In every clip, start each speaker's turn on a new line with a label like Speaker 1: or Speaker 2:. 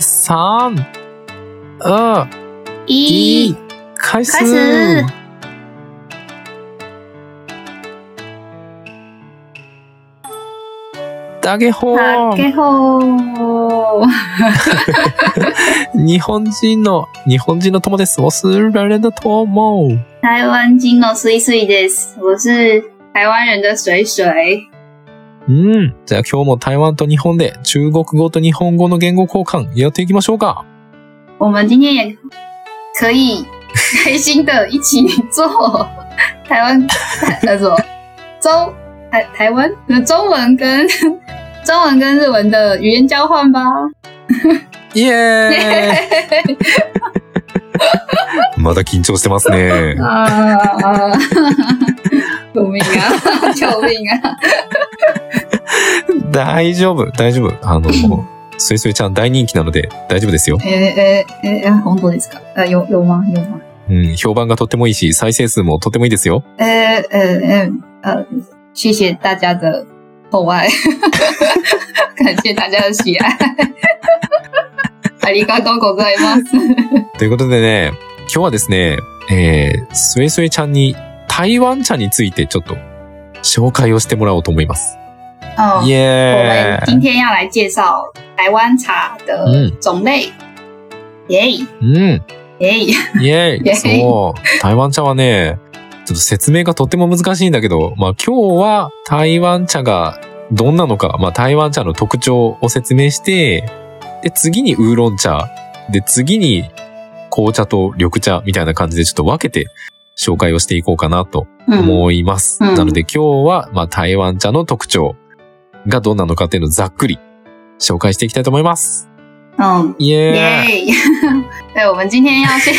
Speaker 1: 三、二、
Speaker 2: 一，
Speaker 1: 开始。
Speaker 2: 开始
Speaker 1: 大家好、
Speaker 2: 大家好。
Speaker 1: 日本人の、日本人の友です。我是日本人的友。
Speaker 2: 台湾金のスイスイです。我是台湾人的水水。
Speaker 1: うん。じゃあ今日も台湾と日本で中国語と日本語の言語交換やっていきましょうか。
Speaker 2: 我们今天也可以开心的一起做台湾台呃什么中台台湾呃中文跟中文跟日文的语言交换吧。
Speaker 1: イエーイ まだ緊張してますね。
Speaker 2: 啊！救命啊！ 救命啊！
Speaker 1: 大丈夫、大丈夫。あの、すいすいちゃん大人気なので大丈夫ですよ。
Speaker 2: ええええ本当ですか？あ呃有有吗？有吗？
Speaker 1: うん、評判がとってもいいし、再生数もとってもいいですよ。
Speaker 2: 呃呃呃呃，谢谢大家的厚爱， 感谢大家的喜爱。ありがとうございます。
Speaker 1: ということでね、今日はですね、えー、すいすいちゃんに台湾茶についてちょっと紹介をしてもらおうと思います。
Speaker 2: 哦，
Speaker 1: イ
Speaker 2: 我们
Speaker 1: エー
Speaker 2: 今天要来介绍台湾茶的
Speaker 1: 嗯
Speaker 2: 种类。耶
Speaker 1: イうん。
Speaker 2: 耶！
Speaker 1: イェ
Speaker 2: イェ
Speaker 1: イ
Speaker 2: イ
Speaker 1: そう。台湾茶はね、ちょっと説明がとっても難しいんだけど、まあ今日は台湾茶がどんなのか、まあ台湾茶の特徴を説明して、で、次にウーロン茶、で、次に紅茶と緑茶みたいな感じでちょっと分けて紹介をしていこうかなと
Speaker 2: 嗯
Speaker 1: 思います。
Speaker 2: うん
Speaker 1: なので今日は、まあ台湾茶の特徴がどんなのかっていうのをざっくり紹介していきたいと思います。
Speaker 2: 嗯，
Speaker 1: イェーイ
Speaker 2: 耶！ 对，我们今天要先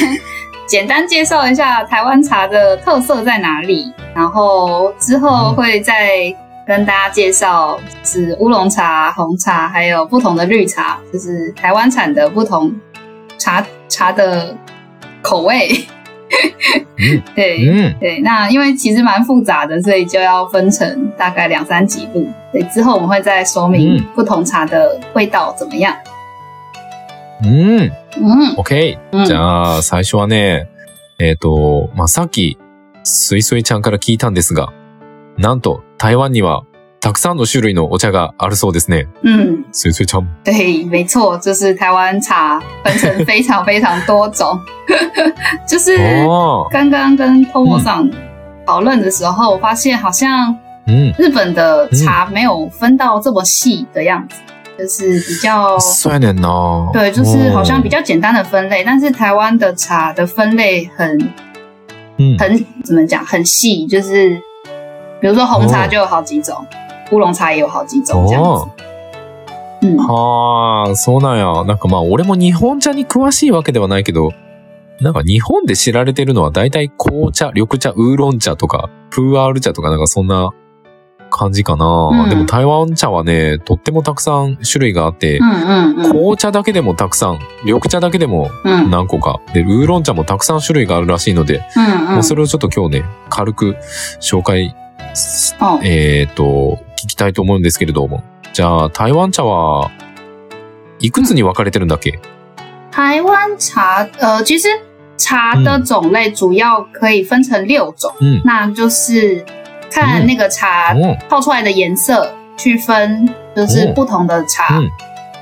Speaker 2: 简单介绍一下台湾茶的特色在哪里，然后之后会再跟大家介绍是乌龙茶、红茶，还有不同的绿茶，就是台湾产的不同茶茶的口味。
Speaker 1: 嗯
Speaker 2: 对，
Speaker 1: うん。
Speaker 2: 对，那因为其实蛮复杂的，所以就要分成大概两三集录。对，之后我们会再说明
Speaker 1: 嗯
Speaker 2: 不同茶的味道怎么样。
Speaker 1: うん。
Speaker 2: 嗯
Speaker 1: OK。
Speaker 2: 嗯，
Speaker 1: じゃあ、最初はね、えっ、と、まあ、さっき、すいすいちゃんから聞いたんですが、なんと、台湾には、たくさんの種類のお茶があるそうですね。
Speaker 2: 嗯，
Speaker 1: すいすいちゃん。
Speaker 2: 对，没错，就是台湾茶分成非常非常多种， 就是
Speaker 1: おー
Speaker 2: 刚刚跟 Tomo 上讨论的时候，我发现好像
Speaker 1: うん。
Speaker 2: 日本的茶没有分到这么细的样子，就是比较
Speaker 1: そうやねんな。
Speaker 2: 对，就是好像比
Speaker 1: 较、
Speaker 2: 较简单的分类，但是台湾的茶的分类很
Speaker 1: うん、
Speaker 2: 很怎么讲，很细，就是比如说红茶
Speaker 1: 哦
Speaker 2: 就有好几种，乌龙茶也有好几种这样子
Speaker 1: 哦，
Speaker 2: 嗯，
Speaker 1: はあ、そうなんや。なんかまあ、俺も日本茶に詳しいわけではないけど、なんか日本で知られてるのは大体紅茶、緑茶、ウーロン茶とか、プーアール茶とかなんかそんな感じかな。
Speaker 2: うん
Speaker 1: でも台湾茶はね、とってもたくさん種類があって、
Speaker 2: 嗯嗯嗯
Speaker 1: 紅茶だけでもたくさん、緑茶だけでも
Speaker 2: 嗯
Speaker 1: 何個か、で、ウーロン茶もたくさん種類があるらしいので、
Speaker 2: 嗯
Speaker 1: も
Speaker 2: 嗯
Speaker 1: うそれをちょっと今日ね、軽く紹介し
Speaker 2: 哦。
Speaker 1: えっ、と、聞きたいと思うんですけれども。じゃあ、台湾茶は、いくつに分かれてるんだっけ
Speaker 2: 台湾茶，呃，其实茶的种类主要可以分成六种，
Speaker 1: 嗯
Speaker 2: 那就是看那个茶
Speaker 1: うん。
Speaker 2: 泡出来的颜色去分，就是
Speaker 1: 哦
Speaker 2: 不同的茶。
Speaker 1: 嗯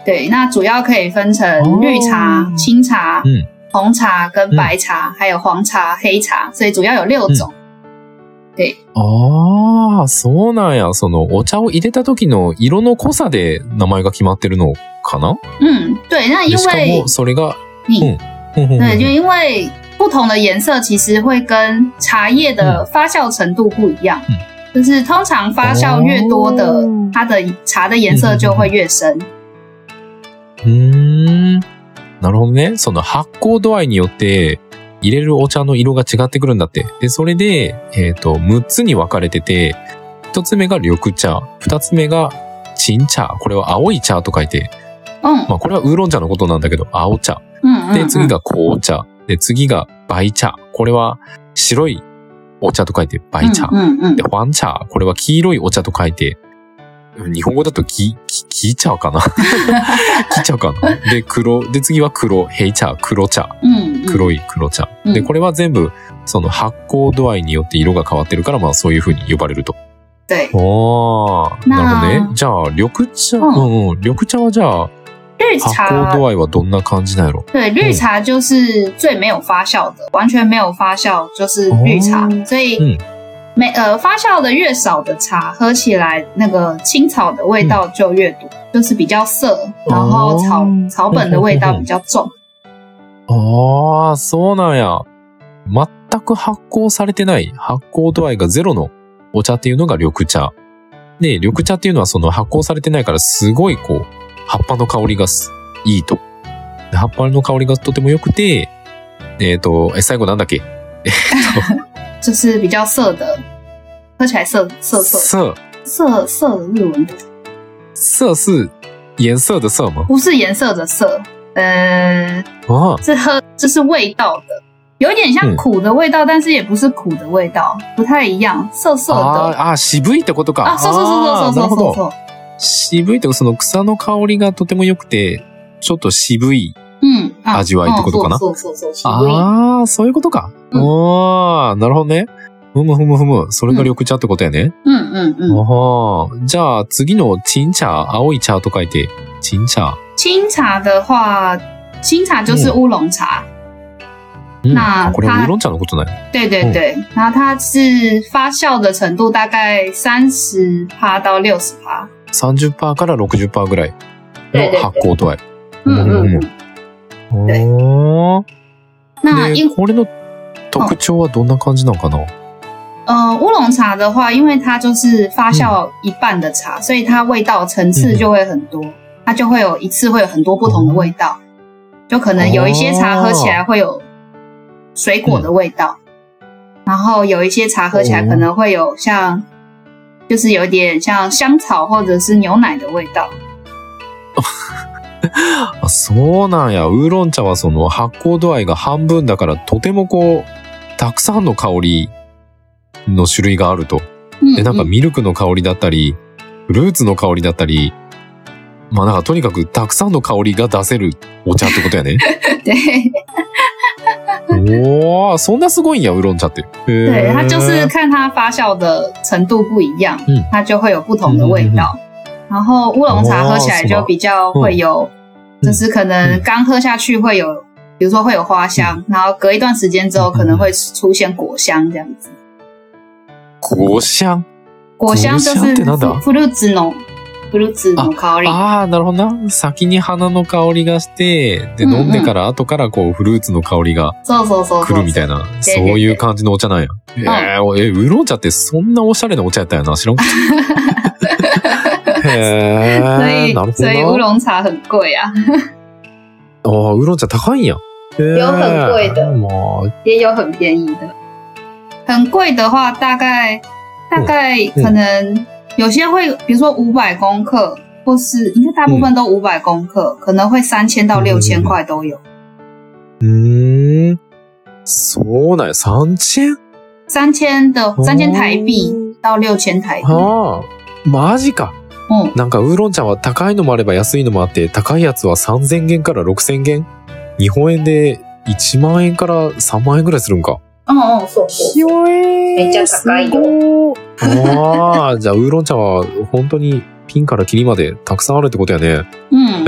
Speaker 2: 对，那主要可以分成绿茶、
Speaker 1: 哦
Speaker 2: 青茶、
Speaker 1: 嗯
Speaker 2: 红茶跟白茶，还有黄茶、黑茶，所以主要有六种。
Speaker 1: ああ、そうなんや。その、お茶を入れた時の色の濃さで名前が決まってるのかな
Speaker 2: 嗯，对，那
Speaker 1: で
Speaker 2: 因
Speaker 1: しか
Speaker 2: 为
Speaker 1: も、それが、
Speaker 2: 你、
Speaker 1: 嗯ふんふんふん
Speaker 2: 对，就因为不同的颜色其实会跟茶叶的发酵程度不一样，
Speaker 1: 嗯
Speaker 2: 就是通常发酵越多的，
Speaker 1: 哦
Speaker 2: 它的茶的颜色就会越深。
Speaker 1: うーん。なるほどね。その発酵度合いによって、入れるお茶の色が違ってくるんだって。で、それで、えっ、と、6つに分かれてて、1つ目が緑茶、2つ目が陳茶。これは青い茶と書いて、
Speaker 2: 嗯
Speaker 1: まあこれはウーロン茶のことなんだけど、青茶。
Speaker 2: 嗯
Speaker 1: で、
Speaker 2: 嗯
Speaker 1: 次
Speaker 2: 嗯
Speaker 1: が紅茶。で、次が白茶。これは白いお茶と書いて白茶。
Speaker 2: 嗯嗯
Speaker 1: で、
Speaker 2: 嗯
Speaker 1: ファン茶。これは黄色いお茶と書いて、日本語だとぎ、ぎ、ぎ茶か なぎ茶かなで、黒、で、次は黒、黑茶、黒茶、
Speaker 2: 嗯，嗯
Speaker 1: 黒い黒茶。
Speaker 2: うん
Speaker 1: で、これは全部、その発酵度合いによって色が変わってるから、まあそういう風に呼ばれると。
Speaker 2: 对，
Speaker 1: 嗯おー、
Speaker 2: なあ
Speaker 1: なるほどね。じゃあ、緑茶、
Speaker 2: うん
Speaker 1: うんうん、緑茶はじゃあ、
Speaker 2: 日
Speaker 1: 発酵
Speaker 2: 茶
Speaker 1: 度合いはどんな感じなんやろ
Speaker 2: 对绿茶就是最没有发酵的，完全没有发酵就是绿茶，
Speaker 1: 哦
Speaker 2: 所以
Speaker 1: 嗯
Speaker 2: 没呃发酵的越少的茶，喝起来那个青草的味道就越多，就是比较涩，然后草、
Speaker 1: 嗯哦
Speaker 2: 草本的味
Speaker 1: 嗯
Speaker 2: 道
Speaker 1: 嗯嗯嗯
Speaker 2: 比较重。
Speaker 1: ああ、そうなんや。全く発酵されてない、発酵度合いがゼロのお茶っていうのが緑茶。で、緑茶っていうのはその発酵されてないからすごいこう、葉っぱの香りがすいいと。で葉っぱの香りがとても良くて、えっ、と、え、最後なんだっけ嗯
Speaker 2: 就是比较涩的，喝起来涩涩涩
Speaker 1: 色、
Speaker 2: 涩涩的日文
Speaker 1: 色是颜色的色吗？
Speaker 2: 不是颜色的涩，呃，
Speaker 1: 啊，
Speaker 2: 是喝就是味道的，有点像
Speaker 1: 嗯
Speaker 2: 苦的味道，但是也不是苦的味道，不太一样，涩涩的
Speaker 1: ああ、渋いってことか。
Speaker 2: 啊，涩涩涩
Speaker 1: あー
Speaker 2: 涩
Speaker 1: な
Speaker 2: 涩
Speaker 1: るほ
Speaker 2: 涩
Speaker 1: ど。
Speaker 2: 涩，
Speaker 1: 渋いってその草の香りがとても良くて、ちょっと渋い
Speaker 2: 嗯，啊
Speaker 1: 味わいってことかな
Speaker 2: 嗯涩涩涩涩涩
Speaker 1: ああ、そういうことか。
Speaker 2: うん
Speaker 1: ああ、なるほどね。ふむふむふむ。それが緑茶ってことやね。
Speaker 2: 嗯嗯嗯，
Speaker 1: ああ、じゃあ次のチン茶、青い茶と書いて、チン茶。
Speaker 2: 清茶的话，清茶就是乌龙茶，
Speaker 1: うん
Speaker 2: なあ
Speaker 1: これウ
Speaker 2: た
Speaker 1: ーロン茶のことない。
Speaker 2: 对对对，然后它是发酵的程度大概三十趴到六十趴，
Speaker 1: 30%から60%ぐらい
Speaker 2: 对
Speaker 1: の
Speaker 2: 对
Speaker 1: 発
Speaker 2: 对，
Speaker 1: 酵度合い。
Speaker 2: 嗯嗯嗯。对
Speaker 1: おー
Speaker 2: 那
Speaker 1: で、
Speaker 2: 因
Speaker 1: これの特徴はどんな感じなのかな
Speaker 2: 呃乌龙茶的话，因为它就是发酵一半的茶，所以它味道层次就会很多，它就会有一次会有很多不同的味道，就可能有一些茶
Speaker 1: 哦
Speaker 2: 喝起来会有水果的味道，然后有一些茶喝起来可能会有像。就是有点像香草或者是牛奶的味道，
Speaker 1: あそうなんや。ウーロン茶はその発酵度合いが半分だからとてもこう、たくさんの香りの種類があると。
Speaker 2: 嗯
Speaker 1: で、なんかミルクの香りだったり、フルーツの香りだったり、まあなんかとにかくたくさんの香りが出せるお茶ってことや ね。
Speaker 2: 嗯对
Speaker 1: おー、そんなすごいんや、ウーロン茶って。へー
Speaker 2: 对，它就是看它发酵的程度不一样，
Speaker 1: 嗯
Speaker 2: 它就会有不同的味道。然后乌龙茶喝起来
Speaker 1: 哦是
Speaker 2: 就
Speaker 1: 吗
Speaker 2: 比较会有，
Speaker 1: 嗯
Speaker 2: 就是可能刚喝下去会有，比如说会有花香，然后隔一段时间之后
Speaker 1: 嗯
Speaker 2: 可能会出现果香这样子。
Speaker 1: 果香。
Speaker 2: 果香就
Speaker 1: 果香
Speaker 2: 是
Speaker 1: ってなんだ
Speaker 2: fruits の fruits
Speaker 1: 啊
Speaker 2: の香り。
Speaker 1: ああ、なるほどな。先に花の香りがして、で、
Speaker 2: うんうん
Speaker 1: 飲んでから後からこうフルーツの香りが
Speaker 2: そうそうそう
Speaker 1: 来
Speaker 2: そ
Speaker 1: る
Speaker 2: う
Speaker 1: み。たいな、
Speaker 2: そ
Speaker 1: そうう
Speaker 2: そう
Speaker 1: いう感じのお茶なんや。えーおえ、ウーロン茶ってそんなおしゃれなお茶やったんやな、知らんか った。へ
Speaker 2: 所
Speaker 1: ー、
Speaker 2: 以
Speaker 1: なるほ
Speaker 2: 所以
Speaker 1: どな。
Speaker 2: 乌龙茶很贵啊，
Speaker 1: ああ、ウーロン茶高いんや。へー
Speaker 2: よ很贵的
Speaker 1: まあ、
Speaker 2: 也有很便宜的。很贵的话，大概大概可能有些会，比如说五百公克，或是应该大部分都五百公克，可能会三千到六千块都有。
Speaker 1: うーん。そうなんや、3千
Speaker 2: 三千的
Speaker 1: 哦
Speaker 2: 三千台币到六千台币，
Speaker 1: ああ、マジか。
Speaker 2: 嗯，
Speaker 1: なんかウーロン茶は高いのもあれば安いのもあって、高いやつは3000元から6000元。日本円で1万円から3万円ぐらいするんか。
Speaker 2: 哦哦，そう
Speaker 1: ひよえー
Speaker 2: めっちゃ高いよ。
Speaker 1: すごいああ、じゃあウーロン茶は本当にピンからキリまでたくさんあるってことやね。え
Speaker 2: 嗯，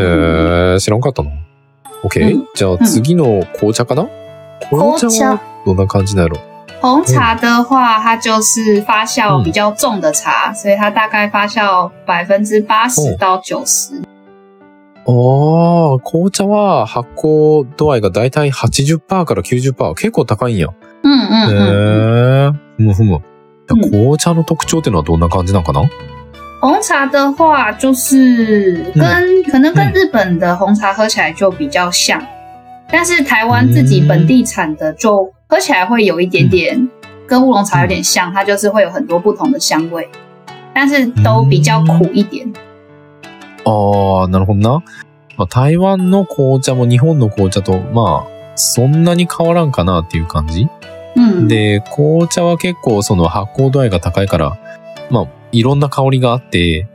Speaker 1: ー、知らんかったな。OK、
Speaker 2: うん
Speaker 1: じゃあ次の紅茶かな、紅茶はどんな感じなんやろ
Speaker 2: 红茶的话，它就是发酵比较重的茶，所以它大概发酵百分之八十
Speaker 1: 哦
Speaker 2: 到九十。
Speaker 1: ああ、紅茶は発酵度合いがだいたい80%から90%。結構高いんや。
Speaker 2: 嗯
Speaker 1: へ
Speaker 2: 嗯嗯嗯。
Speaker 1: え。ふむふむ。じゃあ
Speaker 2: うん
Speaker 1: 紅茶の特徴ってのはどんな感じなんかな
Speaker 2: 红茶的话，就是跟、可能跟日本的红茶喝起来就比较像，但是台湾自己本地产的就喝起来会有一点点跟乌龙茶有点像，它就是会有很多不同的香味，但是都比较苦一点。
Speaker 1: ああ、なるほどな。まあ、台湾の紅茶も日本の紅茶と、まあ、そんなに変わらんかなっていう感じ。
Speaker 2: 嗯，
Speaker 1: で、紅茶は結構その発酵度合いが高いから、まあ、いろんな香りがあって、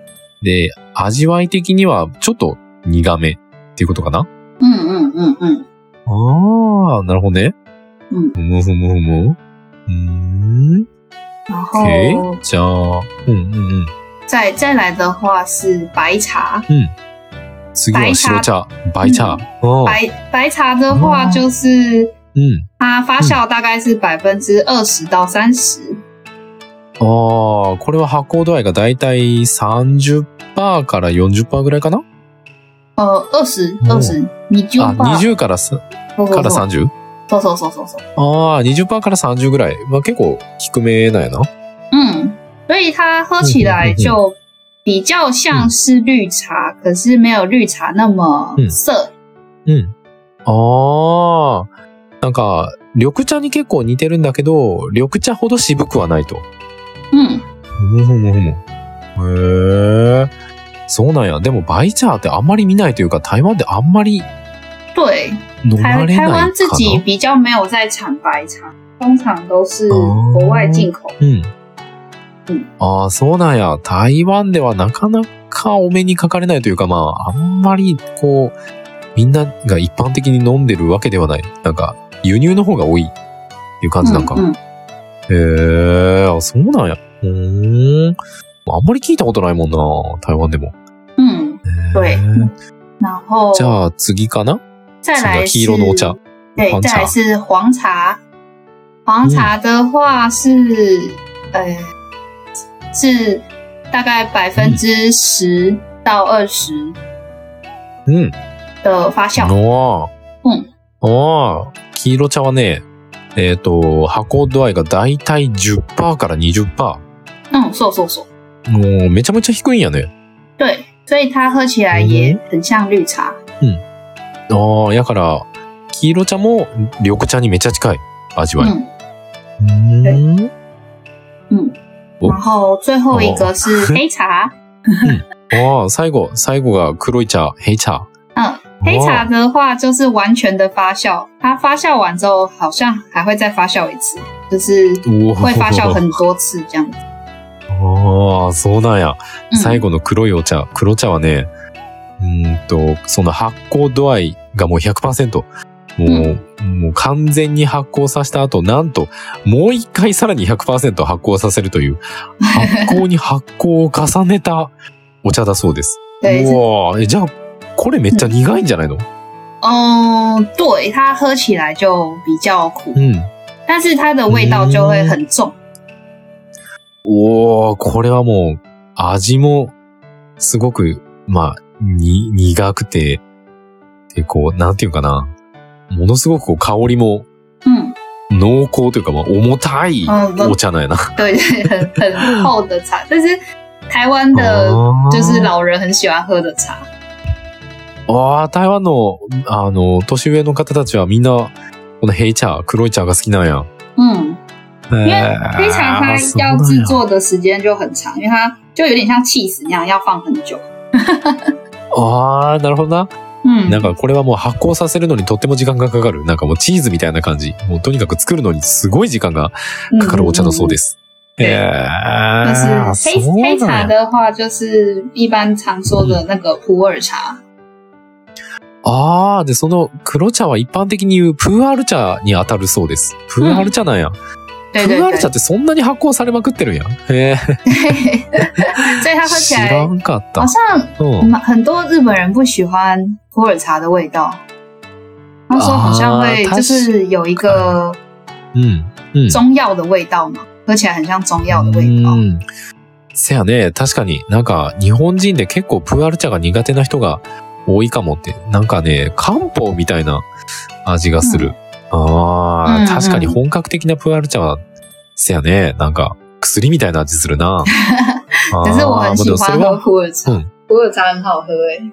Speaker 1: で、味わい的にはちょっと苦めっていうことかな
Speaker 2: 嗯嗯嗯嗯
Speaker 1: ああ、なるほどね。
Speaker 2: 嗯，
Speaker 1: ふむふむふむ。うーん。
Speaker 2: 然后
Speaker 1: OK。じゃあ、うんうんうん。
Speaker 2: 再再来的话是白茶，
Speaker 1: 次は白茶。白茶。うん。
Speaker 2: 白白茶的话就是
Speaker 1: うん。
Speaker 2: 它发酵大概是百分之二十到三十，
Speaker 1: ああ、これは発酵度合いがだいたい30%から40%ぐらいかな
Speaker 2: 呃，二十
Speaker 1: 哦啊
Speaker 2: 二十，你就
Speaker 1: あ、
Speaker 2: 把
Speaker 1: 20からさ
Speaker 2: 不不
Speaker 1: から
Speaker 2: 不，
Speaker 1: 30?
Speaker 2: 收收收收收，
Speaker 1: ああ、20%から30ぐらい。まあ結構低めなんやな。
Speaker 2: 嗯，所以它喝起来
Speaker 1: 嗯
Speaker 2: 就比较像是绿茶，可是没有绿茶那么
Speaker 1: 嗯
Speaker 2: 涩，
Speaker 1: うん。ああ、なんか、緑茶に結構似てるんだけど、緑茶ほど渋くはないと。
Speaker 2: 嗯，
Speaker 1: ふむふむふむ。へえ。そうなんや。でも、バイチャーってあんまり見ないというか、台湾であんまり
Speaker 2: 对，
Speaker 1: 飲まれな
Speaker 2: 台
Speaker 1: い
Speaker 2: 台
Speaker 1: かな
Speaker 2: 湾。自己比较没有在产白茶，通常都是
Speaker 1: 哦
Speaker 2: 国外进口。
Speaker 1: うん
Speaker 2: うん。
Speaker 1: ああ、そうなんや。台湾ではなかなかお目にかかれないというか、まあ、あんまり、こう、みんなが一般的に飲んでるわけではない。なんか、輸入の方が多いっていう感じなんか。
Speaker 2: 嗯，
Speaker 1: へえ、あ、そうなんや。うーん。あんまり聞いたことないもんな、台湾でも。
Speaker 2: 嗯，对
Speaker 1: へえ
Speaker 2: 然后
Speaker 1: じゃあ次かな
Speaker 2: 再
Speaker 1: 次
Speaker 2: 来
Speaker 1: が
Speaker 2: 是
Speaker 1: 黄色のお茶。
Speaker 2: 对，
Speaker 1: 黄茶
Speaker 2: 再来是黄茶。黄茶的话是，呃，是大概百分之十到二十
Speaker 1: うん。
Speaker 2: 的发
Speaker 1: 嗯
Speaker 2: 酵。
Speaker 1: お
Speaker 2: う
Speaker 1: ー
Speaker 2: ん。
Speaker 1: おー黄色茶はね、えっ、と、発酵度合いがだいたい10%から20%。も
Speaker 2: 嗯，瘦瘦瘦。
Speaker 1: うめちゃめちゃ低いんやね。
Speaker 2: 对，所以它喝起来也很像绿茶。
Speaker 1: ああ、やから、黄色茶も緑茶にめちゃ近い味わい。
Speaker 2: 嗯
Speaker 1: うーん。
Speaker 2: 嗯。
Speaker 1: 哦
Speaker 2: 然后最后一个是黑茶。
Speaker 1: ああ、最後、最後が黒い茶、黑茶。
Speaker 2: 嗯，黑茶的话就是完全的发酵，它发酵完之后好像还会再发酵一次，就是
Speaker 1: おー
Speaker 2: 会发酵很多次这样子。
Speaker 1: ああ、そうなんや。最
Speaker 2: 嗯，
Speaker 1: 後の黒いお茶、黒茶はね、うーんと、その発酵度合いがもう100%。もう、もう完全に発酵させた後、なんと、もう一回さらに100%発酵させるという、発酵に発酵を重ねたお茶だそう です。
Speaker 2: 对，
Speaker 1: うわーえじゃあ、これめっちゃ苦いんじゃないの
Speaker 2: 嗯，对，它喝起来就比较苦
Speaker 1: う，ん。
Speaker 2: 但是它的味道就会很重。
Speaker 1: おー、これはもう、味も、すごく、まあ、に、苦くて、で、こう、なんていうかな。ものすごくこう香りも
Speaker 2: 嗯，
Speaker 1: 濃厚というか、まあ、重たい
Speaker 2: あま
Speaker 1: お茶なんやな。
Speaker 2: 对，对很很厚的茶，但是台湾的
Speaker 1: あー
Speaker 2: 就是老人很喜欢喝的茶。
Speaker 1: あー、台湾の、あの、年上の方たちはみんな、この黑茶、黒い茶が好きなんや。
Speaker 2: 嗯，因为
Speaker 1: え
Speaker 2: 黑茶它
Speaker 1: ー
Speaker 2: 要制。
Speaker 1: そうなんや
Speaker 2: 作的时间就很长，因为它就有点像 cheese 那样要放很久。
Speaker 1: あー、なるほどな。
Speaker 2: 嗯，
Speaker 1: なんかこれはもう発酵させるのにとっても時間がかかる。なんかもうチーズみたいな感じ。もうとにかく作るのにすごい時間が
Speaker 2: 嗯
Speaker 1: かかるお茶だそうです。
Speaker 2: うんうんうん
Speaker 1: えー
Speaker 2: 但是黑、
Speaker 1: そうなんや
Speaker 2: 黑茶的话，就是一般常说的那个普洱茶。
Speaker 1: ああ、で、その黒茶は一般的に言うプーアール茶に当たるそうです。プーアール茶なんや。
Speaker 2: 对
Speaker 1: プ
Speaker 2: 对
Speaker 1: ーアール
Speaker 2: 对
Speaker 1: 茶ってそんなに発酵されまくってるんや。へえ、
Speaker 2: 所以它喝
Speaker 1: 知
Speaker 2: 起来
Speaker 1: らんかった
Speaker 2: 好。像
Speaker 1: うん。
Speaker 2: 很多日本人不喜欢普洱茶的味道。他说好像会
Speaker 1: 啊它
Speaker 2: 就是是有一个
Speaker 1: うん。うん。
Speaker 2: 中药的味道嘛，喝起来很像中药的味道
Speaker 1: う。ん。せやね、確かになんか日本人で結構プーアール茶が苦手な人が多いかもって。なんかね、漢方みたいな味がする。ああ、
Speaker 2: うんうん
Speaker 1: 確かに本格的なプーアール茶は、せやね、なんか薬みたいな味する な。あ
Speaker 2: 可是我很
Speaker 1: ー
Speaker 2: 喜
Speaker 1: でもそ
Speaker 2: 欢
Speaker 1: れ
Speaker 2: 喝
Speaker 1: は、
Speaker 2: 普洱茶
Speaker 1: 嗯，
Speaker 2: 普洱茶很好喝欸诶、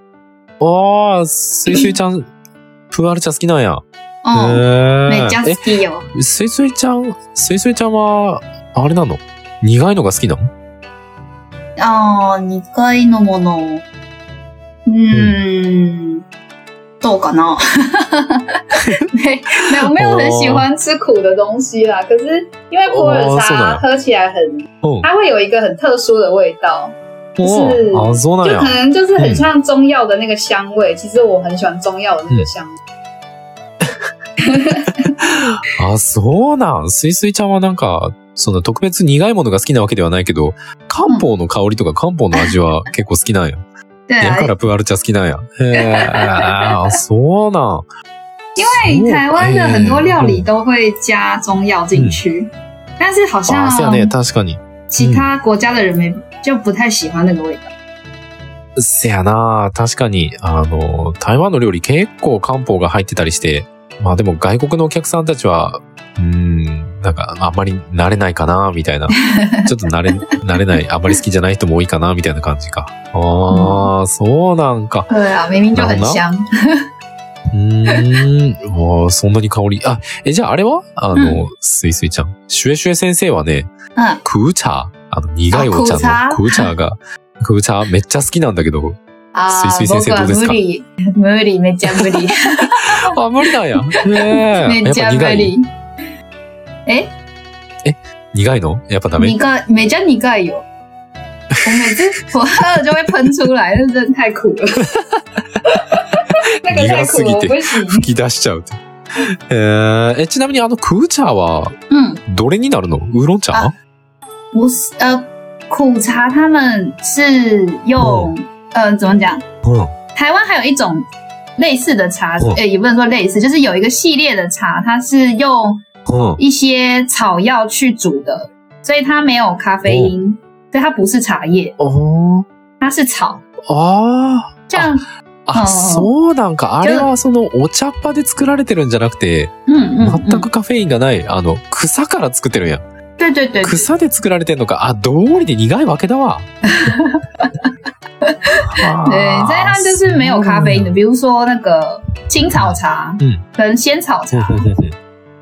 Speaker 1: ああ、すいすいちゃん、プーアール茶好きなんや。へ
Speaker 2: 嗯，每家
Speaker 1: ー
Speaker 2: ski 哦，
Speaker 1: え、すいすいちゃん、すいすいちゃんは、あれなの苦いのが好きなの
Speaker 2: ああ、二回のもの。うーん、どうか な。没，没有没有很喜欢吃苦的东西啦。可是因为普洱
Speaker 1: 哦是
Speaker 2: 茶
Speaker 1: 的
Speaker 2: 喝起来很，
Speaker 1: うん。
Speaker 2: 它会有一个很特殊的味道。就是
Speaker 1: おあ、そうなん
Speaker 2: 就
Speaker 1: や
Speaker 2: 可。能就是很像中药的那个香味。其实我很喜欢中药的那个香味。
Speaker 1: あ、そうなん。すいすいちゃんはなんか、その特別苦いものが好きなわけではないけど、漢方の香りとか漢方の味は結構好き なんや。
Speaker 2: 对
Speaker 1: だ
Speaker 2: 啊，
Speaker 1: からプアルチャ好きなんや。へーあ、そう なん。
Speaker 2: 因为哎台湾的很多料理
Speaker 1: そう
Speaker 2: 都会加中药进去，但是好
Speaker 1: えーあ、そうや
Speaker 2: 像
Speaker 1: ね。確かに。
Speaker 2: 其他国家的人没就不太喜欢那个味道。
Speaker 1: せやな確かに、あの、台湾の料理結構漢方が入ってたりして、まあでも外国のお客さんたちは、うーん、なんかあんまり慣れないかなみた いな。ちょっと慣れ、慣れない、あんまり好きじゃない人も多いかなみたいな感じか。ああ、そうなんか。
Speaker 2: 对啊，明明就很香。
Speaker 1: うーん、おーそんなに香り。あ、え、じゃああれはあの、すいすいちゃん。シュエシュエ先生はね、
Speaker 2: 嗯，
Speaker 1: クーチャー、あの、苦いお茶
Speaker 2: あ
Speaker 1: のクーチャーが、クーチャーめっちゃ好きなんだけど、
Speaker 2: 啊
Speaker 1: 水水先生
Speaker 2: 僕は
Speaker 1: どうですか
Speaker 2: 無理無理めっちゃ無理
Speaker 1: あ、無理なん や。ねえ。
Speaker 2: め
Speaker 1: や
Speaker 2: っ
Speaker 1: っ
Speaker 2: ち
Speaker 1: ぱ
Speaker 2: ゃ無
Speaker 1: 苦い。
Speaker 2: 理。
Speaker 1: 苦いのやっぱダメ
Speaker 2: 你。 盖每家你盖有，我每次我喝了就会喷出来，那真的太苦了。那个太苦了，我不行。
Speaker 1: 吹き出しちゃうって。えーえ、ちなみにあのクーチャーは
Speaker 2: 嗯，
Speaker 1: どれになるのウーロン茶
Speaker 2: あ不是呃，苦茶他们是用呃怎么讲？
Speaker 1: うん。
Speaker 2: 台湾还有一种类似的茶，
Speaker 1: 嗯
Speaker 2: 呃也不能说类似，就是有一个系列的茶，它是用
Speaker 1: うん。
Speaker 2: 一些草药去煮的，所以它没有咖啡因，所以它不是茶叶，
Speaker 1: おー
Speaker 2: 它是草。
Speaker 1: あー
Speaker 2: 像
Speaker 1: あ、
Speaker 2: うん
Speaker 1: そうなんか、あれはそのお茶っ葉で作られてるんじゃなくて、
Speaker 2: 嗯嗯嗯，
Speaker 1: 全くカフェインがない、あの、草から作ってるんや。
Speaker 2: 对对对，对
Speaker 1: 草で作られてんのか。あ、道理で苦いわけだ わ。
Speaker 2: 对，
Speaker 1: 啊
Speaker 2: 所以它就是没有咖啡因的。比如说那个青草茶，
Speaker 1: 嗯哦
Speaker 2: 嗯，跟仙草茶，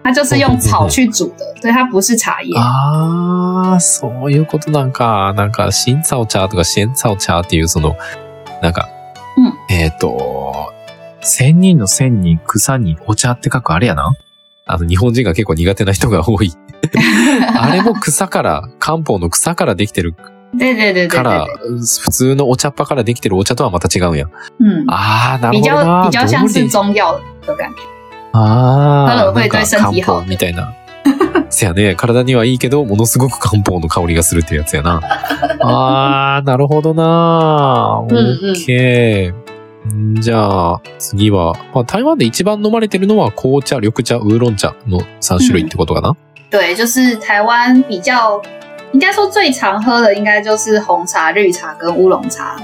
Speaker 2: 它就是用草去煮的，所以它不是茶叶。
Speaker 1: 啊ああ、そういうことなんか、なんか、新草茶とか仙草茶っていう、その、なんか、
Speaker 2: う
Speaker 1: えっ、と、千人の千人、草にお茶って書くあれやな。あの、日本人が結構苦手な人が多い。あれも草から、漢方の草からできてる
Speaker 2: 对对对
Speaker 1: か
Speaker 2: 对对
Speaker 1: ら
Speaker 2: 对，、
Speaker 1: 普通のお茶っ葉からできてるお茶とはまた違うんや。
Speaker 2: 嗯，
Speaker 1: ああ、なる
Speaker 2: 比
Speaker 1: ほど
Speaker 2: 较
Speaker 1: な。
Speaker 2: 比较像
Speaker 1: どう
Speaker 2: 是
Speaker 1: り
Speaker 2: 中药的感觉。
Speaker 1: ああ、
Speaker 2: カロリー
Speaker 1: なんか
Speaker 2: 身体
Speaker 1: 漢
Speaker 2: 好
Speaker 1: 方みたいな。 せやね、体にはいいけど、ものすごく漢方の香りがするっていうやつや な。ああ、なるほどな。オ
Speaker 2: うんうん
Speaker 1: ッケー。んじゃあ、次は、まあ、台湾で一番飲まれてるのは紅茶、緑茶、ウーロン茶の3種類ってことかな、
Speaker 2: 对，就是台湾比较，应该说最常喝的应该就是红茶、绿茶跟乌龙茶，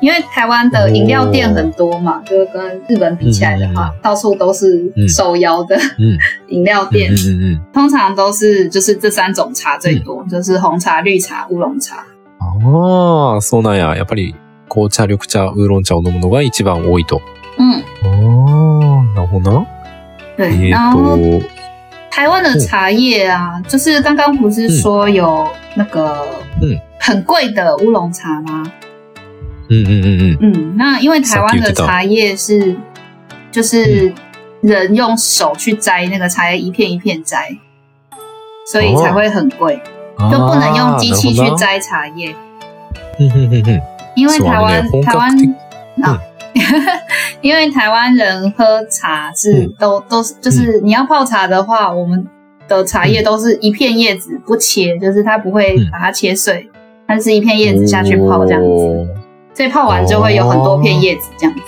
Speaker 2: 因为台湾的饮料
Speaker 1: 哦
Speaker 2: 店很多嘛，就是跟日本比起来的话，到处都是
Speaker 1: 嗯
Speaker 2: 手摇的
Speaker 1: 嗯
Speaker 2: 饮料
Speaker 1: うん
Speaker 2: 店。
Speaker 1: うんうん。
Speaker 2: 通常都是就是这三种茶最
Speaker 1: 嗯
Speaker 2: 多，就是红茶、绿茶、乌龙茶。
Speaker 1: ああ、そうなんや。やっぱり、紅茶、緑茶、ウーロン茶を飲むのが一番多いと。
Speaker 2: 嗯，
Speaker 1: ああ、なるほどな。えー
Speaker 2: 对。然
Speaker 1: っ
Speaker 2: 后
Speaker 1: と、
Speaker 2: 台湾
Speaker 1: 嗯
Speaker 2: 的茶叶啊，就是刚刚不是说有那个
Speaker 1: 嗯
Speaker 2: 很贵的乌龙茶吗？
Speaker 1: うんうんうんうん。
Speaker 2: 嗯，那因为台湾的茶叶是
Speaker 1: 嗯
Speaker 2: 就是人用手去摘那个茶叶，一片一片摘，所以才会很贵，
Speaker 1: 哦
Speaker 2: 就不能用机器去
Speaker 1: あー
Speaker 2: 摘茶叶。
Speaker 1: うんうんうんうん
Speaker 2: 因为
Speaker 1: 是吧
Speaker 2: 台湾
Speaker 1: 那个
Speaker 2: 台湾
Speaker 1: 风
Speaker 2: 啊， 因为台湾人喝茶是
Speaker 1: 嗯
Speaker 2: 都都是就是你要泡茶的话，我们的茶叶都是一片叶子不切，就是它不会
Speaker 1: 嗯
Speaker 2: 把它切碎，它是一片叶子下去泡这样
Speaker 1: 哦
Speaker 2: 子，所以泡完就会有很多片叶子这样子。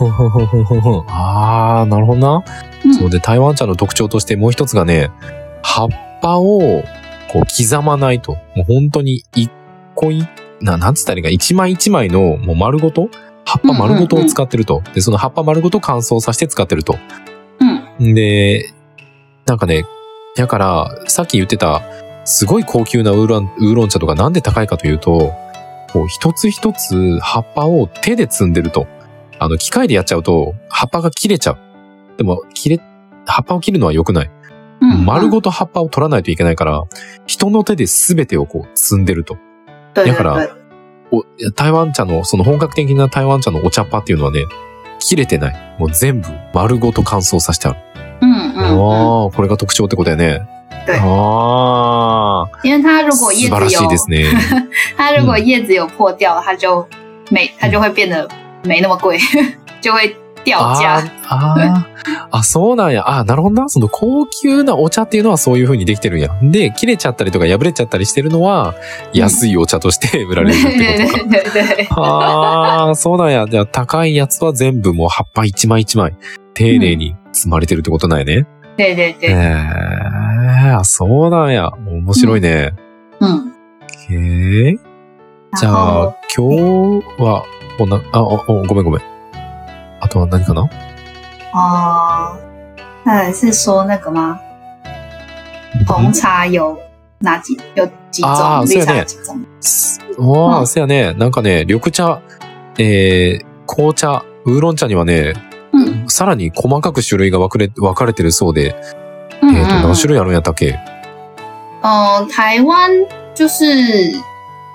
Speaker 1: おーああ、なるほどな。そう
Speaker 2: 嗯，
Speaker 1: で、台湾茶の特徴としてもう一つがね、葉っぱをこう刻まないと。もう本当に一個い、な、なんつったらいいか、一枚一枚のもう丸ごと葉っぱ丸ごとを使ってると。で、その葉っぱ丸ごと乾燥させて使ってると。
Speaker 2: 嗯
Speaker 1: で、なんかね、だから、さっき言ってた、すごい高級なウーロンウーロン茶とかなんで高いかというと、こう一つ一つ葉っぱを手で摘んでると。あの、機械でやっちゃうと、葉っぱが切れちゃう。でも、切れ、葉っぱを切るのは良くない。
Speaker 2: 嗯，
Speaker 1: 丸ごと葉っぱを取らないといけないから、人の手で全てをこう摘んでると。
Speaker 2: 对
Speaker 1: だ
Speaker 2: 对
Speaker 1: から
Speaker 2: 对，
Speaker 1: お台湾茶の、その本格的な台湾茶のお茶っ葉っていうのはね、切れてない。もう全部丸ごと乾燥させてある。
Speaker 2: 嗯嗯嗯，
Speaker 1: ああ、これが特徴ってことやね。
Speaker 2: 对
Speaker 1: ああ、
Speaker 2: 嗯因为它如果叶
Speaker 1: 素晴ら
Speaker 2: 子
Speaker 1: しいです
Speaker 2: 有
Speaker 1: ね。
Speaker 2: 它如果叶子有破掉，它就
Speaker 1: 嗯
Speaker 2: 没它就会变得没那么贵， 就会掉价。
Speaker 1: あーあーあ、そうなんや。あーなるほどな。その高級なお茶っていうのはそういう風にできてるんや。で、切れちゃったりとか破れちゃったりしてるのは、
Speaker 2: うん
Speaker 1: 安いお茶として 売ら
Speaker 2: 对
Speaker 1: れるって
Speaker 2: 对
Speaker 1: ことか。
Speaker 2: 对对对，
Speaker 1: ああ、そうなんや。じゃあ高いやつは全部もう葉っぱ一枚一枚、丁寧に積まれてるってことなんやね。
Speaker 2: 对对
Speaker 1: ええ
Speaker 2: 对，
Speaker 1: ー、あそうなんや。面白いね。
Speaker 2: 嗯，
Speaker 1: へえ。じ
Speaker 2: 然
Speaker 1: ゃ
Speaker 2: 后
Speaker 1: あ、今日は、こんな、あ、お、おごめんごめん。あとは何かな
Speaker 2: 哦，那是说那个吗？
Speaker 1: 嗯
Speaker 2: 红茶有哪几有几
Speaker 1: 啊
Speaker 2: 种？绿
Speaker 1: 是
Speaker 2: 茶
Speaker 1: 的
Speaker 2: 有几种？
Speaker 1: おー、
Speaker 2: うん
Speaker 1: そうやね。なんかね、緑茶、えー、紅茶、ウーロン茶にはね、
Speaker 2: 嗯
Speaker 1: さらに細かく種類が分かれ分かれてるそうで、え
Speaker 2: 嗯
Speaker 1: っ、と、何
Speaker 2: 嗯
Speaker 1: 種類あるんやったっけ
Speaker 2: 呃，台湾就是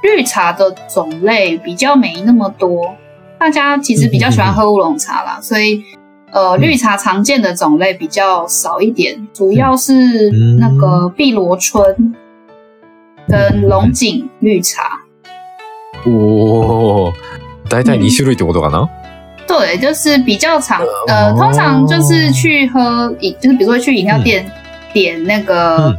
Speaker 2: 绿茶的种类比较没那么多，大家其实比较喜欢喝乌龙茶啦，所以呃，
Speaker 1: 嗯
Speaker 2: 绿茶常见的种类比较少一点，主要是
Speaker 1: 嗯
Speaker 2: 那个碧螺春跟龙井绿茶。
Speaker 1: おー、だいたい2種類ってことかな、
Speaker 2: 对，就是比较常呃，
Speaker 1: 哦
Speaker 2: 通常就是去喝饮，就是比如说去饮料店、点那个、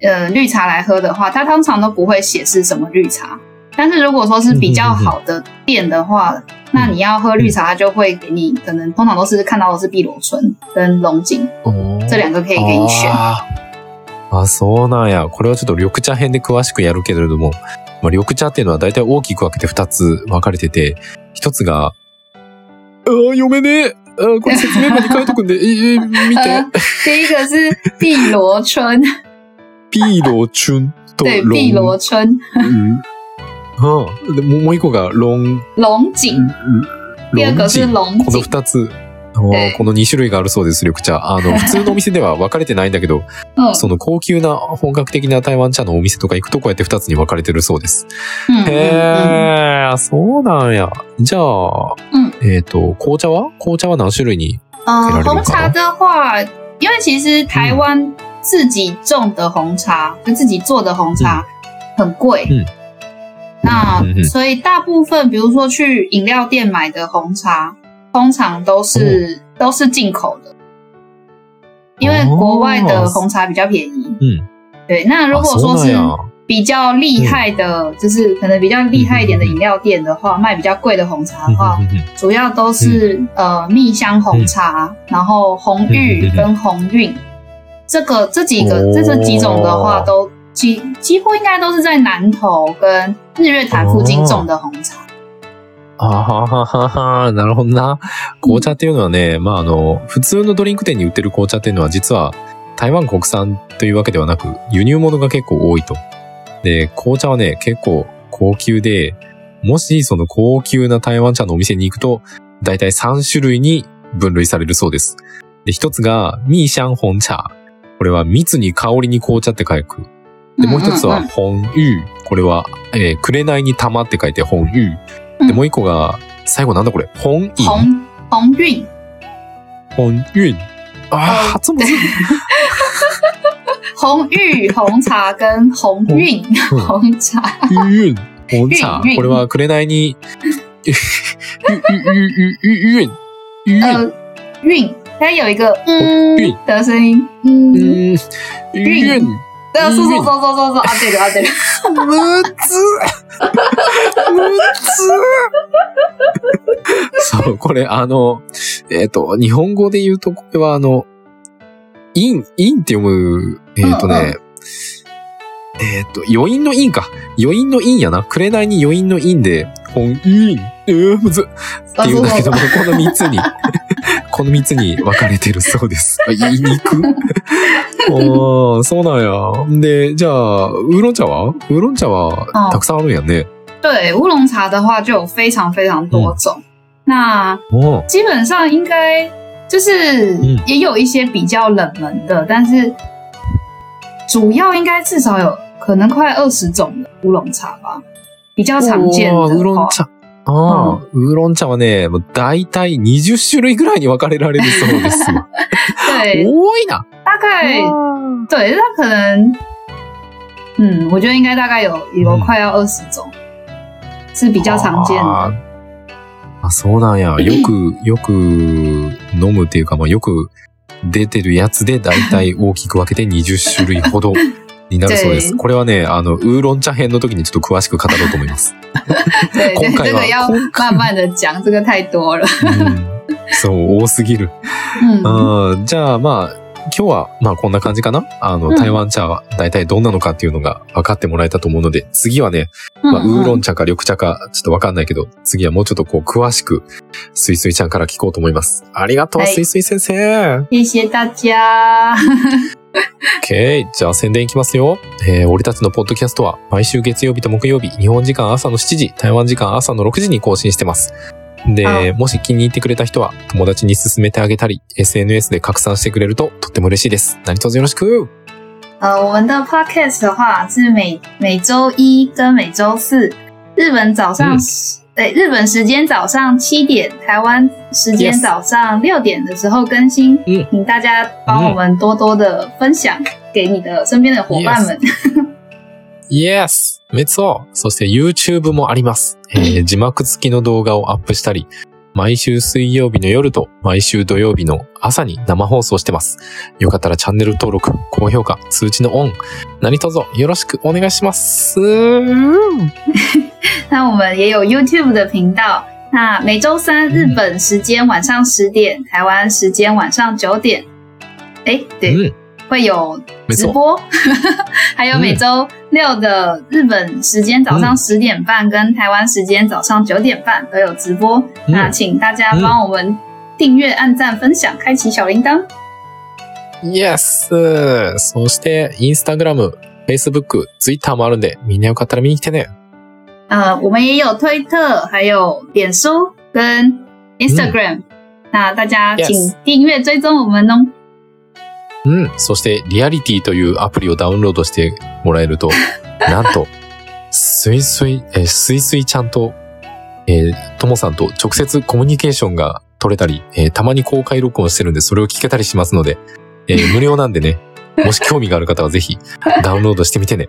Speaker 2: 呃绿茶来喝的话，它通常都不会写是什么绿茶。但是如果说是比较好的店的话，那你要喝绿茶，它就会给你可能通常都是看到的是碧螺春跟龙井
Speaker 1: おー
Speaker 2: 这两个可以给你选。
Speaker 1: あーあ、そうなんや。これはちょっと緑茶編で詳しくやるけれども、まあ、緑茶っていうのは大体大きく分けて2つ分かれてて、1つが、あー読めねえあーこれ説明文に書いとくんで、えーえー見て
Speaker 2: 呃。，第一个是碧螺春，
Speaker 1: ピーロチュンと
Speaker 2: 对，
Speaker 1: ロ
Speaker 2: 碧螺
Speaker 1: ン。
Speaker 2: 春、
Speaker 1: うんうんでもうもう一個がロン、
Speaker 2: 嗯龙井，第二
Speaker 1: ロン
Speaker 2: 个
Speaker 1: ジ
Speaker 2: 是
Speaker 1: ン。こ
Speaker 2: 龙
Speaker 1: の
Speaker 2: 井，
Speaker 1: 二つ。おー
Speaker 2: ええ
Speaker 1: この2種類があるそうです、緑茶。あの、普通のお店では分かれてないんだけど、
Speaker 2: 嗯
Speaker 1: その高級な本格的な台湾茶のお店とか行くとこうやって2つに分かれてるそうです。
Speaker 2: 嗯
Speaker 1: へ
Speaker 2: 嗯
Speaker 1: え、そうなんや。じゃあ、
Speaker 2: うん
Speaker 1: えっ、と、紅茶は紅茶は何種類に
Speaker 2: 嗯，
Speaker 1: 给它
Speaker 2: 呃，
Speaker 1: 留
Speaker 2: 红
Speaker 1: 个口嗯
Speaker 2: 茶的话，因为其实台湾自己种的红茶，就自己做的红茶很贵，
Speaker 1: 嗯
Speaker 2: 那
Speaker 1: 嗯嗯嗯
Speaker 2: 所以大部分，比如说去饮料店买的红茶，通常都是、
Speaker 1: 哦
Speaker 2: 都是进口的，因为国外的红茶比较便宜。
Speaker 1: 嗯，啊
Speaker 2: 对。那如
Speaker 1: あ
Speaker 2: 果
Speaker 1: そう
Speaker 2: 说
Speaker 1: なん
Speaker 2: 是
Speaker 1: や。
Speaker 2: 比较
Speaker 1: 嗯
Speaker 2: 厉害的，就是可能比较厉害一点的饮料店的话，卖比较贵的红茶的话，
Speaker 1: うんうんうん
Speaker 2: 主要都是、
Speaker 1: 嗯
Speaker 2: 呃蜜香红茶，然后红玉
Speaker 1: 嗯嗯嗯
Speaker 2: 跟红韵，这个这几个、
Speaker 1: 哦
Speaker 2: 这这几种的话都，几几乎应该都是在南投跟日月潭附近种的红
Speaker 1: 哦
Speaker 2: 茶。
Speaker 1: あはははは、なるほどな。紅茶っていうのはね、まああの、普通のドリンク店に売ってる紅茶っていうのは実は台湾国産というわけではなく輸入物が結構多いと。で、紅茶はね、結構高級で、もしその高級な台湾茶のお店に行くと、だいたい3種類に分類されるそうです。で、一つが、ミーシャン本茶。これは蜜に香りに紅茶って書く。で、
Speaker 2: 嗯
Speaker 1: もう一つは、本湯。これは、えー、紅に玉って書いて本湯。で、
Speaker 2: うん
Speaker 1: もう一個が、最後なんだこれ本飲
Speaker 2: 红红韵，
Speaker 1: 本韻。あー、
Speaker 2: うん
Speaker 1: 発音する。
Speaker 2: 红玉红茶跟红韵
Speaker 1: 嗯
Speaker 2: 红茶，
Speaker 1: 韻。 本茶
Speaker 2: 韻韻。
Speaker 1: これは紅に、ゆ、 ゆ、ゆ、ゆ、ゆ、韻。韻。
Speaker 2: 呃，韵，它有一个
Speaker 1: 韵
Speaker 2: 嗯的声音，嗯，呃
Speaker 1: うん。
Speaker 2: 韻
Speaker 1: 韻。
Speaker 2: 对，
Speaker 1: 韵
Speaker 2: 说说说说说说啊，对的啊对的，
Speaker 1: むつむつそう、これあの、えっ、と、日本語で言うと、これはあの、イン、インって読む、えっ、とね、
Speaker 2: うんう
Speaker 1: えっ、と、余韻の韻か。余韻の韻やな。紅に余韻の韻で、本韻、えー、むずっって言うんだけども、この三つに、 この三つに分かれてるそうです。あ言いにく おー、そうなんや。で、じゃあ、ウーロン茶はウーロン茶は
Speaker 2: うん
Speaker 1: たくさんあるんやね。
Speaker 2: 对乌龙茶的话，就有非常非常多种。那
Speaker 1: おー
Speaker 2: 基本上应该就是
Speaker 1: 嗯
Speaker 2: 也有一些比较冷门的，但是主要应该至少有可能快二十种的乌龙茶吧，比较常见的
Speaker 1: お
Speaker 2: 话
Speaker 1: ーウーロン茶。あーウーロン茶はね、もう大体20種類ぐらいに分かれられるそうですよ。
Speaker 2: 对，
Speaker 1: 多いな。
Speaker 2: 大概
Speaker 1: あ
Speaker 2: 对，它可能，嗯，我觉得应该大概有有
Speaker 1: 嗯
Speaker 2: 快要二十种，是比较常见的。
Speaker 1: あーあ、そうなん や。よく、よく飲むっていうか、まあ、よく出てるやつで大体大きく分けて20種類ほどになるそう です。
Speaker 2: 对
Speaker 1: これはね、あの、ウーロン茶編の時にちょっと詳しく語ろうと思います。
Speaker 2: 对对，
Speaker 1: 公开
Speaker 2: 这
Speaker 1: 吧
Speaker 2: 个要
Speaker 1: 公开
Speaker 2: 慢慢的讲，这个太多了。
Speaker 1: うん、 そう、多すぎる。
Speaker 2: 嗯，
Speaker 1: うんじゃあ、まあ、今日は、まあ、こんな感じかな。あの、
Speaker 2: うん
Speaker 1: 台湾茶は大体どんなのかっていうのが分かってもらえたと思うので、次はね、
Speaker 2: 嗯
Speaker 1: まあ、ウーロ
Speaker 2: 嗯
Speaker 1: ン茶か緑茶か、ちょっとわかんないけど、次はもうちょっとこう、詳しく、すいすいちゃんから聞こうと思います。ありがとう、
Speaker 2: はい
Speaker 1: すいすい先生。
Speaker 2: 谢谢大家。
Speaker 1: OK。じゃあ、宣伝いきますよ。えー、俺たちのポッドキャストは、毎週月曜日と木曜日、日本時間朝の7時、台湾時間朝の6時に更新してます。で、もし気に入ってくれた人は、友達に勧めてあげたり、SNS で拡散してくれると、とっても嬉しいです。何卒よろしく。
Speaker 2: 呃，我们的 podcast 的话是每每周一跟每周四，日本早上
Speaker 1: 嗯
Speaker 2: 十，对、日本时间早上七点，台湾时间
Speaker 1: Yes
Speaker 2: 早上六点的时候更新。
Speaker 1: 嗯
Speaker 2: 请大家帮我们多多的分享给你的身边的伙伴们。
Speaker 1: Yes! めっそうそして YouTube もあります、えー字幕付きの動画をアップしたり、毎週水曜日の夜と毎週土曜日の朝に生放送してます。よかったらチャンネル登録、高評価、通知のオン、何卒よろしくお願いします。
Speaker 2: 那我们也有 YouTube 的频道，那每周三日本时间晚上十点，台湾时间晚上九点。哎，对，
Speaker 1: うん、
Speaker 2: 会有
Speaker 1: 没
Speaker 2: 直
Speaker 1: 错。嗯
Speaker 2: 播， 还有每周六的日本时间早上十点半跟台湾时间早上九点半都有直播。
Speaker 1: 嗯
Speaker 2: 那请大家帮我们订阅、按赞、分享、开启小铃铛。
Speaker 1: Yes! そして、Instagram、Facebook、Twitter もあるんで、みんなよかったら見に来てね。
Speaker 2: 呃，我们也有推特，还有脸书跟 Instagram，、那大家
Speaker 1: 嗯 Yes
Speaker 2: 请订阅追踪我们哦。
Speaker 1: うん。そして、リアリティというアプリをダウンロードしてもらえると、なんと、すいすい、えーすいすいちゃんと、えーともさんと直接コミュニケーションが取れたり、えーたまに公開録音してるんで、それを聞けたりしますので、えー無料なんでね、もし興味がある方はぜひ、ダウンロードしてみてね。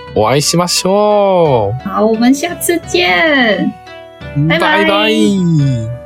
Speaker 1: お会いしましょ
Speaker 2: 好，我们下次见。
Speaker 1: う
Speaker 2: バイバイ
Speaker 1: バイバイ